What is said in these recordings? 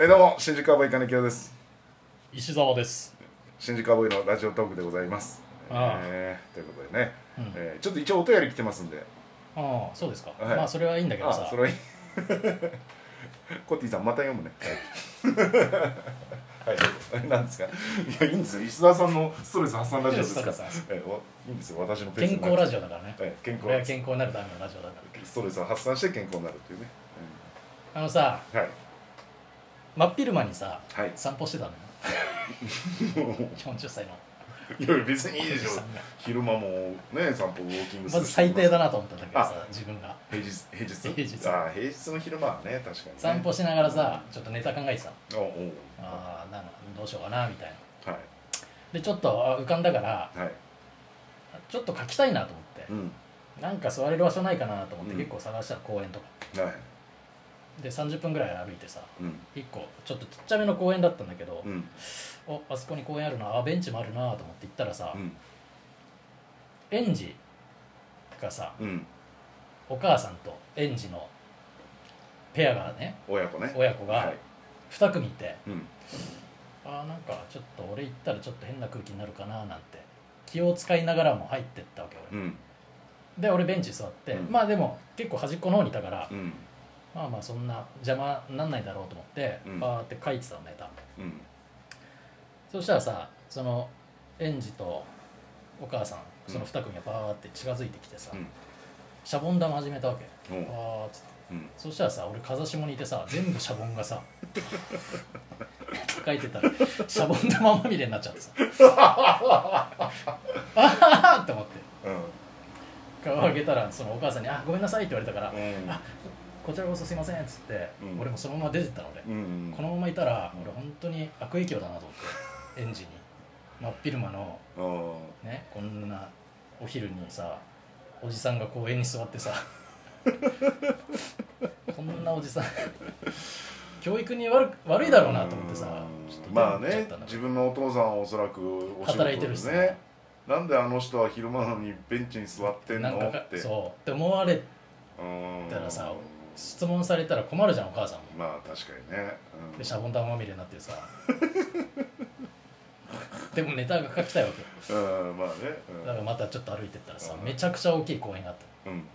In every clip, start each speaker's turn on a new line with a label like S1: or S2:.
S1: えどうも新宿アボイ金城です
S2: 石澤です
S1: 新宿アボイのラジオトークでございます
S2: ああ
S1: えーということでね、
S2: うん
S1: えーちょっと一応お便り来てますんで
S2: ああそうですか、
S1: はい
S2: まあそれはいいんだけど
S1: あ
S2: さ
S1: それはいいコッティさんまた読むねはいはい何ですかいやいいんですよ石田さんのストレス発散ラジオですから
S2: ストレス発
S1: えーおいいんですよ私のペース
S2: 健康ラジオだからね
S1: えー健
S2: これは
S1: 康
S2: 健康になるためのラジオだから
S1: ストレスを発散して健康になるっていうね、
S2: あのさ
S1: うんはい
S2: 真っ昼間にさ
S1: はい
S2: 散歩してたのよ 40歳の
S1: いや別にいいでし
S2: おじ
S1: ょ
S2: さんが
S1: 昼間もね散歩ウォーキングす
S2: ま
S1: る
S2: ず最低だなと思ったんだけどさ自分が
S1: 平日平日
S2: 平日
S1: ああ平日の昼間はね確かに、ね、
S2: 散歩しながらさちょっとネタ考えてさ
S1: おうおう
S2: ああなんかどうしようかなみたいな
S1: は
S2: でちょっとあ浮かんだから
S1: いはい
S2: ちょっと書きたいなと思って
S1: うん
S2: なんか座れる場所ないかなと思って
S1: うん
S2: 結構探したの公園とか
S1: はい
S2: で30分ぐらい歩いてさ
S1: うん
S2: 一個ちょっとちっちゃめの公園だったんだけど、
S1: うん
S2: おあそこに公園あるなあベンチもあるなと思って行ったらさ、
S1: うん
S2: 園児がさ
S1: うん
S2: お母さんと園児のペアがね
S1: 親子ね
S2: 親子が
S1: い
S2: 2組いて、
S1: うん
S2: あーなんかちょっと俺行ったらちょっと変な空気になるかななんて気を使いながらも入ってったわけ
S1: う
S2: 俺、
S1: ん
S2: で俺ベンチ座って、
S1: うん
S2: まあでも結構端っこの方にいたから、
S1: うん
S2: まあまあそんな邪魔になんないだろうと思って、
S1: うん
S2: バーって書いてたのネタ
S1: うん
S2: そしたらさその園児とお母さんその2組がバーって近づいてきてさ、
S1: うん
S2: シャボン玉始めたわけ
S1: おう
S2: あーつって
S1: うん
S2: そしたらさ俺風下にいてさ全部シャボンがさ 書いてたらシャボン玉まみれになっちゃってさ ああって思って
S1: うん
S2: 顔上げたらそのお母さんに「あごめんなさい」って言われたから
S1: うん
S2: 「こちらこそすいません」っつって、
S1: うん
S2: 俺もそのまま出てったの俺、
S1: うん
S2: このままいたら俺本当に悪影響だなと思って園児に真っ昼間の
S1: あ
S2: ねこんなお昼にさおじさんが公園に 座ってさこんなおじさん教育に悪く悪いだろうなと思ってさ
S1: うん
S2: ちょっと
S1: まあ
S2: 出てっ
S1: ね
S2: ちゃったんだけ
S1: 自
S2: ど
S1: 分のお父さんはおそらくお仕事
S2: 働いてる
S1: で
S2: しさ
S1: ねなんであの人は昼間なのにベンチに座ってんの
S2: なんか
S1: っ
S2: か
S1: て
S2: そうって思われ
S1: うん
S2: たらさ質問されたら困るじゃんお母さんも
S1: まあ確かにねうん
S2: でシャボン玉まみれに なってさでもネタが書きたいわけ
S1: うんまあね
S2: だからまたちょっと歩いてったらさ
S1: うん
S2: めちゃくちゃ大きい公園があった
S1: うんうん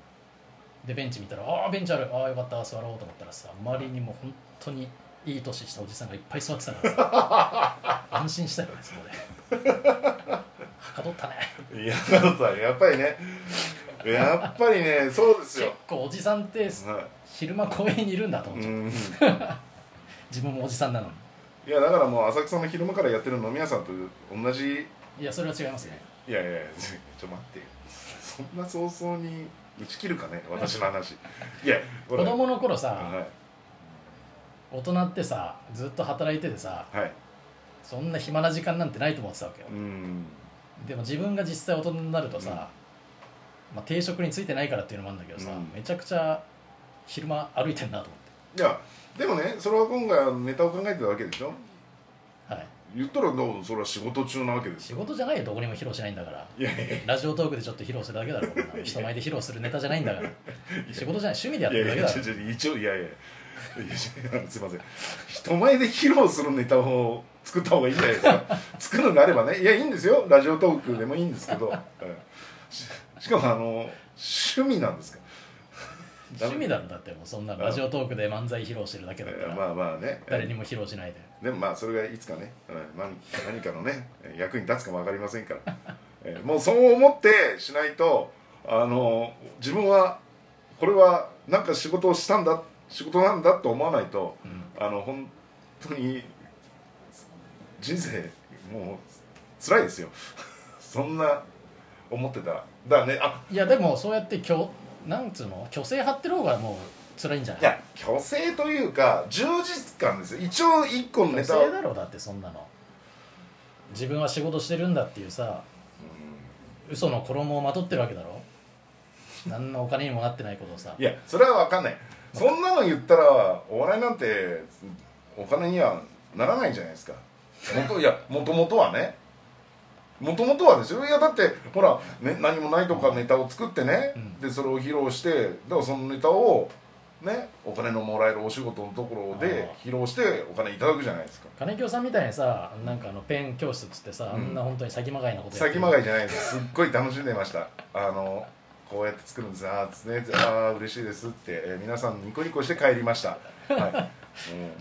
S2: でベンチ見たら「ああベンチあるああよかった座ろう」と思ったらさ周りにもう本当にいい年したおじさんがいっぱい座ってたからさ 安心したよねそこではかどったね
S1: いやだからさやっぱりねやっぱりねそうです
S2: 結
S1: よ、
S2: 構おじさんって
S1: は
S2: 昼間公園にいるんだと
S1: い、う
S2: 思って、
S1: ん
S2: 自分もおじさんなのに
S1: いやだからもう浅草の昼間からやってる飲み屋さんと同じ
S2: いやそれは違いますね
S1: いやいやいやちょっと待ってよそんな早々に打ち切るかね私の話いやほ
S2: 子
S1: ら
S2: 供の頃さ
S1: は
S2: 大人ってさずっと働いててさ
S1: いはい
S2: そんな暇な時間なんてないと思ってたわけよ
S1: うん
S2: でも自分が実際大人になるとさ、まあ、定職についてないからっていうのもあるんだけどさ、
S1: うん
S2: めちゃくちゃ昼間歩いてんなと思
S1: いやでもねそれは今回はネタを考えてたわけでしょ
S2: って、はい、
S1: 言ったらどうそれは仕事中なわけです
S2: 仕
S1: よ
S2: 事じゃないよどこにも披露しないんだから
S1: いやいやいや
S2: ラジオトークでちょっと披露するだけだろこん なの人前で披露するネタじゃないんだから仕事じゃない趣味でやっ
S1: い
S2: て
S1: や
S2: るだ
S1: い
S2: け
S1: や
S2: だ
S1: ち
S2: ろ
S1: ょちょ一応いやいやいやいやすいません人前で披露するネタを作った方がいいんじゃないですか作るんであればねいやいいんですよラジオトークでもいいんですけ ど、うんししかもあの趣味なんですか
S2: 趣味だろだってもうそんなラジオトークで漫才披露してるだけだから、
S1: えーまあまあね
S2: 誰にも披露しないで
S1: でもまあそれがいつかね、うんまあ何かのねえー役に立つかも分かりませんから、えーもうそう思ってしないとあの自分はこれはなんか仕事をしたんだ仕事なんだと思わないと、あの本当に人生もう辛いですよ そんな思ってたらだからねあ
S2: いやでもそうやってきょなんつうの虚勢張ってる方がもう辛いんじゃない
S1: いや虚勢というか充実感ですよ一応一個のネ
S2: 虚
S1: タを
S2: 勢だろだってそんなの自分は仕事してるんだっていうさ嘘の衣をまとってるわけだろ何のお金にもなってないことをさ
S1: いやそれは分かんないそんなの言ったらお笑いなんてお金にはならないじゃないですか元いやもともとはねもともとはですよいやだってほら、ね、何もないとかネタを作ってね、
S2: うん
S1: でそれを披露してだからそのネタをねお金のもらえるお仕事のところで
S2: あ
S1: 披露してお金いただくじゃないですか
S2: 金京さんみたいにさなんかあのペン教室っつってさ、
S1: うん
S2: あんな本当に先まがいなことやって
S1: 先まがいじゃないですすっごい楽しんでましたあのこうやって作るんですあーつねあー嬉しいですって、えー皆さんニコニコして帰りました、はい、もう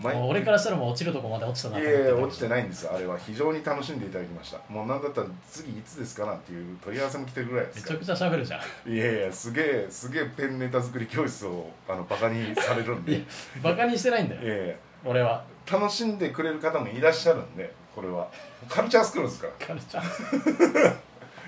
S1: 毎
S2: もう俺からしたらもう落ちるとこまで落ちたなと
S1: い
S2: 思って
S1: え落ちて
S2: い
S1: ないんですあれは非常に楽しんでいただきましたもうなんだったら次いつですかなんていう問い合わせも来てるぐらいで
S2: め
S1: す
S2: ち
S1: か
S2: ゃくちゃ喋るじゃん
S1: らいやいやすげえすげえペンネタ作り教室をあのバカにされるんで
S2: いやバカにしてないんだよ
S1: え
S2: 俺は
S1: え楽しんでくれる方もいらっしゃるんでこれはカルチャースクールですから
S2: カルチャー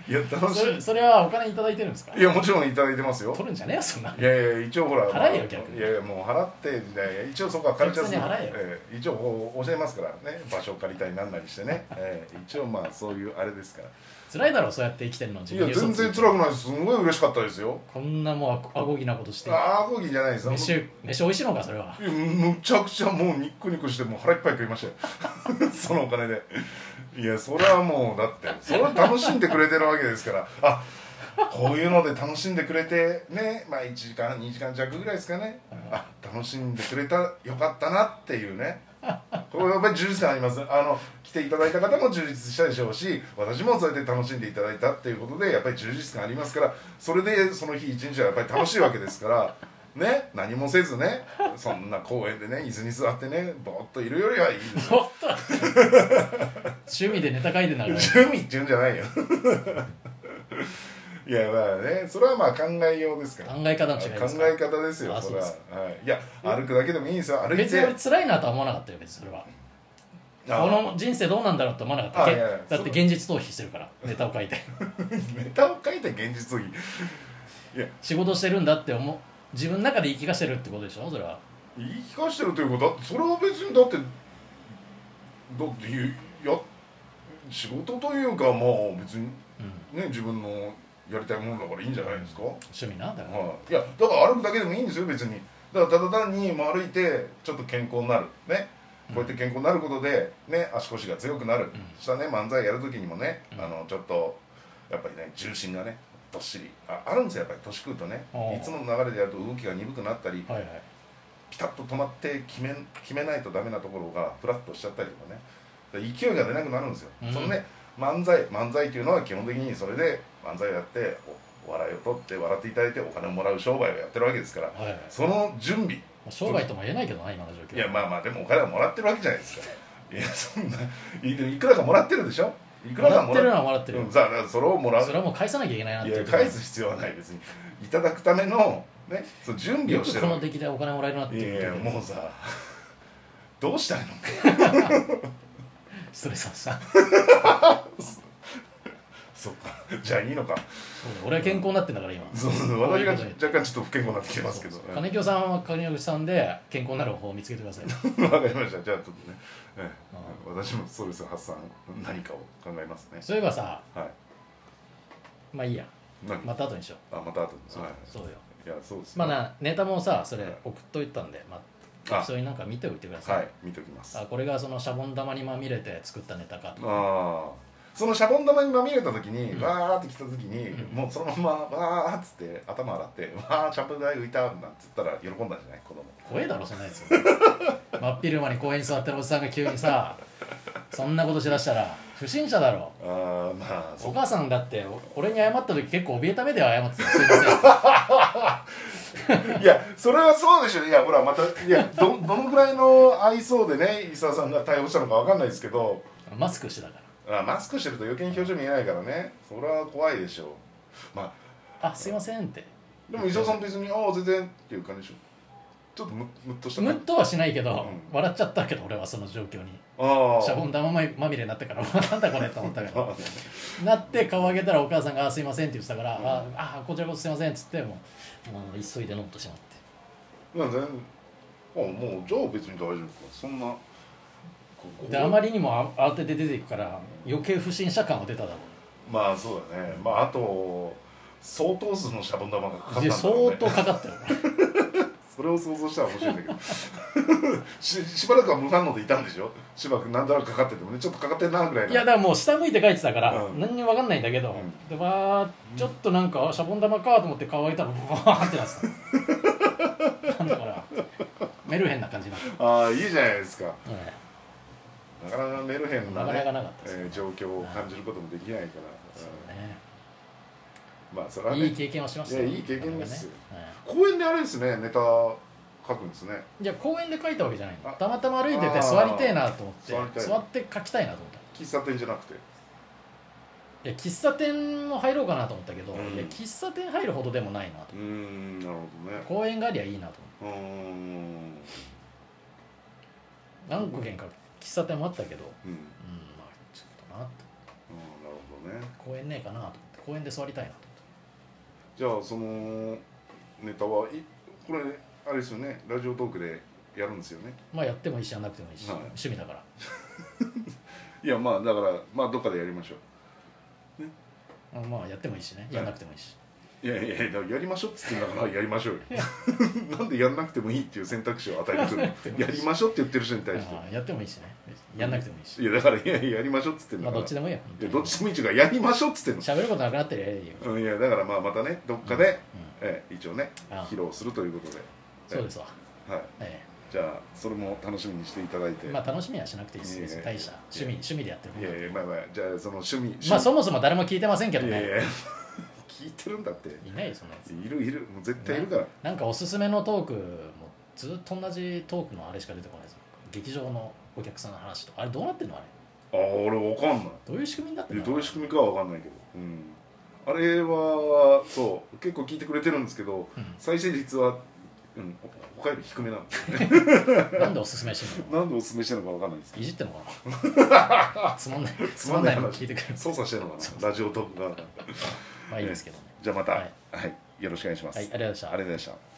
S1: いや楽し
S2: それ
S1: い
S2: それはお金いただいてるんですか
S1: いやもちろんいただいてますよ
S2: 取るんじゃねえよそんない
S1: やいや一応ほら
S2: 払えよ逆に
S1: いやいやもう払っていやいや一応そこはカルチャースクール
S2: 普通に払えよ
S1: ええ一応こう教えますからね場所を借りたりなんなりしてね、ええ一応まあそういうあれですから
S2: 辛いだろそうやって生きてるの自
S1: いや
S2: 分
S1: 全然
S2: い
S1: 辛くないですすごい嬉しかったですよ
S2: こんなもうあこあごぎなことして
S1: ああこぎじゃないですいや
S2: 飯飯美味しいのかそれは
S1: むちゃくちゃもうニッコニコしてもう腹いっぱい食いましたよ そのお金でいやそれはもうだってそれは楽しんでくれてるわけですからあこういうので楽しんでくれてねまあ1時間2時間弱ぐらいですかねあ楽しんでくれたよかったなっていうねこれやっぱり充実感ありますあの来ていただいた方も充実したでしょうし私もそうやって楽しんでいただいたっていうことでやっぱり充実感ありますからそれでその日一日はやっぱり楽しいわけですから ね何もせずねそんな公園でね椅子に座ってねぼーっといるよりはいいです
S2: もっと趣味でネタ書いてな がら
S1: 趣味って言うんじゃないよいやまあねそれはまあ考えようですから
S2: 考え方の違い
S1: 考
S2: ですか
S1: え方ですよ
S2: あ
S1: それは
S2: そうで
S1: はい、いや歩くだけでもいいんですよ歩いて
S2: 別に俺辛いなとは思わなかったよ別にそれは
S1: あ
S2: この人生どうなんだろうと思わなかった
S1: あ
S2: け
S1: いやいや
S2: だっ
S1: そ
S2: て現実逃避してるからネタを書いて
S1: ネタを書いて現実に
S2: 仕事してるんだって思う自分の中で言い聞かせてるってことでしょそれは
S1: 言い聞かしてるということだってそれは別にだってだってゆや仕事というかまあ別に
S2: うん
S1: ね自分のやりたいものだからいいんじゃないですか、
S2: 趣味なんだから
S1: はい、いやだから歩くだけでもいいんですよ別にだからただ単にまあ歩いてちょっと健康になるねこうやって健康になることで、ね、足腰が強くなる、したね漫才やる時にもね、
S2: うん
S1: あのちょっとやっぱりね重心がねどっしりああるんですよやっぱり年食うとね
S2: おう
S1: いつもの流れでやると動きが鈍くなったり
S2: はいはい
S1: ピタッと止まって決め決めないとダメなところがフラッとしちゃったりとかねだから勢いが出なくなるんですよ、
S2: うん
S1: そのね漫才漫才というのは基本的にそれで漫才をやっておお笑いを取って笑っていただいてお金をもらう商売をやってるわけですから
S2: はいはい
S1: その準備
S2: まあ商売とも言えないけどな今の状況
S1: いやまあまあでもお金はもらってるわけじゃない ですかいやそんないいくらかもらってるでしょいくらか
S2: 笑っ
S1: も
S2: てるの
S1: らっ
S2: は笑ってるよ
S1: うんさあだからそれをもらう
S2: それはもう返さなきゃいけないなって
S1: い
S2: いう
S1: や
S2: ところ
S1: 返す必要はない別にいただくためのねその準備
S2: よ
S1: をして
S2: く
S1: る
S2: こ
S1: わけ
S2: の出来でお金もらえるなって
S1: い
S2: いう
S1: やいや
S2: ところ
S1: もうさ どうしたいの
S2: ストレス発散
S1: そっかじゃあいいのか
S2: そうだよ俺は健康になってんだから今
S1: そう
S2: うい
S1: 私
S2: う
S1: が
S2: こと
S1: 若
S2: ね
S1: 干ちょっと不健康になってきてますけど
S2: そうそう金京さんは金京さんで健康になる方法を見つけてください
S1: わかりましたじゃあちょっとね、ええ
S2: あ
S1: 私もストレス発散何かを考えますね
S2: そういえばさ
S1: はい
S2: まあいいや
S1: 何
S2: また後にしよう
S1: あまた後で
S2: そう,、
S1: はい
S2: そうよ
S1: いやそうです
S2: まあ
S1: ね
S2: なネタもさそれ送っといたんで、まあ、
S1: あ
S2: それになんか見ておいてください、
S1: はい見ておきますあ
S2: あこれがそのシャボン玉にまみれて作ったネタかと
S1: あそのシャボン玉にまみれた時に、
S2: うん
S1: わーって来た時に、
S2: うん
S1: もうそのままわーっつって頭洗ってわーシャンプー台浮いたなんつったら喜んだんじゃない子供
S2: 怖えだろそんなやつ 真っ昼間に公園に座ってるおじさんが急にさそんなことしだしたら不審者だろ
S1: ああまあ
S2: お
S1: そ
S2: 母さんだってお俺に謝った時結構怯えた目で謝ってたよすいません
S1: いやそれはそうでしょいやほらまたいやどどのぐらいの愛想でね伊沢さんが対応したのかわかんないですけど
S2: マスクしてたか
S1: あマスクしてると余計に表情見えないからねそれは怖いでしょまあ
S2: ら「あすいません」って
S1: でも伊沢さん別に「ああ全然」っていう感じでしょちょっとむむっとした
S2: ム
S1: ね
S2: ッとはしないけど、
S1: うん
S2: 笑っちゃったけど俺はその状況に
S1: ああ
S2: シャボン玉まみれになったから なんだこれと思ったか
S1: まあ
S2: らなって顔上げたらお母さんがあ「すいません」って言ってたから「
S1: うん
S2: ああこちらこそすいません」っつってもうもう急いで飲んとしまって
S1: 全然あもうじゃあ別に大丈夫かそんなここ
S2: であまりにもあ慌てて出ていくから余計不審者感は出ただろ
S1: まあそうだねまああと相当数のシャボン玉がかかった
S2: うんで
S1: だろうね
S2: 相当かかったよ
S1: それを想像したら面白いんだけど ししばらくは無反応でいたんでしょしばらく何となくかかっててもねちょっとかかってんなぐらいの
S2: いやだからもう下向いて書いてたから、
S1: うん
S2: 何にも分かんないんだけど、
S1: ん
S2: でわーちょっとなんかあシャボン玉かと思って顔上げたらブワーってなってた なんだこれはメルヘンな感じになって、
S1: ああいいじゃないですか
S2: え
S1: なかなかメルヘンな
S2: なかなか
S1: ね
S2: なかったですね
S1: えー状況を感じることもできないから、
S2: えそうね
S1: うんまあそれはね
S2: いい経験をしました
S1: いやいい経験ですよ
S2: なかなかねえ
S1: 公園であれですねネタ書くんですね
S2: えいや公園で書いたわけじゃないの
S1: あ
S2: たまたま歩いて
S1: あ
S2: て
S1: ー
S2: 座りてえなと思
S1: 座り
S2: って
S1: たい
S2: 座って書きたいなと思った
S1: 喫茶店じゃなくて
S2: いや喫茶店も入ろうかなと思ったけど、
S1: うん
S2: いや喫茶店入るほどでもないなと
S1: うーんなるほ
S2: 公園がありゃいいなと
S1: どねうーん
S2: 思って何軒か喫茶店もあったけど
S1: うん、うん、
S2: うんまあちょっとな
S1: な
S2: と
S1: るほどね
S2: 公園ねえかなと思って公園で座りたいなと
S1: じゃあそのネタはいこれあれですよねラジオトークでやるんですよね
S2: まあやってもいいしやんなくてもいいし、
S1: はい
S2: 趣味だから
S1: いやまあだからまあどっかでやりましょ
S2: あまあやってもいいしね
S1: い
S2: やんなくてもいいし、
S1: ういやいやいややりましょうっつってんだからやりましょうよ なんでやんなくてもいいっていう選択肢を与えてくるのやりましょうって言ってる人に対して
S2: あやってもいいしねやんなくてもいいし、
S1: いやだからいやいややりましょうっつってん
S2: ま
S1: だか
S2: あど
S1: ら
S2: っちでもいいよ
S1: いやどっちでもいいっていうかやりましょうっつってんの
S2: 喋ることなくなってりゃいいよ、
S1: うん、いやだからまあまたねどっかで、
S2: うん
S1: ええ一応ね
S2: ああ
S1: 披露するということで、
S2: そうですわ、
S1: はい、
S2: え
S1: じゃあそれも楽しみにしていただいて、
S2: えまあ楽しみはしなくていいです別に大した
S1: いやいや
S2: 趣味趣味でやってるこ
S1: い
S2: と
S1: や
S2: だ
S1: いやまあまあじゃあその趣味趣味
S2: まあそもそも誰も聞いてませんけど
S1: いやい
S2: ね
S1: や聞いてるんだって
S2: いないよそんなやつ
S1: いるいるもう絶対いるから、
S2: なんかおすすめのトークもずっと同じトークのあれしか出てこないです劇場のお客さんの話とかあれどうなってんのあれ
S1: ああ俺わかんない
S2: どういう仕組みになって
S1: い
S2: ん
S1: や
S2: の
S1: どういう仕組みかはわかんないけど、うん、あれはそう結構聞いてくれてるんですけど
S2: うん
S1: 再生率は、うん、他より低めなんですよね
S2: なんでおすすめしてんの
S1: なんでおすすめしてるのかわかんないです
S2: いじってんのか なつまんないつ
S1: つ
S2: ま
S1: ま
S2: ん
S1: ん
S2: な
S1: ないい話
S2: も聞いてくれる
S1: 操作してるのかなラジオトークが
S2: まあいいですけどね
S1: じゃあまた、
S2: は
S1: はいいよろしくお願いします、
S2: はいありがとうございました
S1: ありがとうございました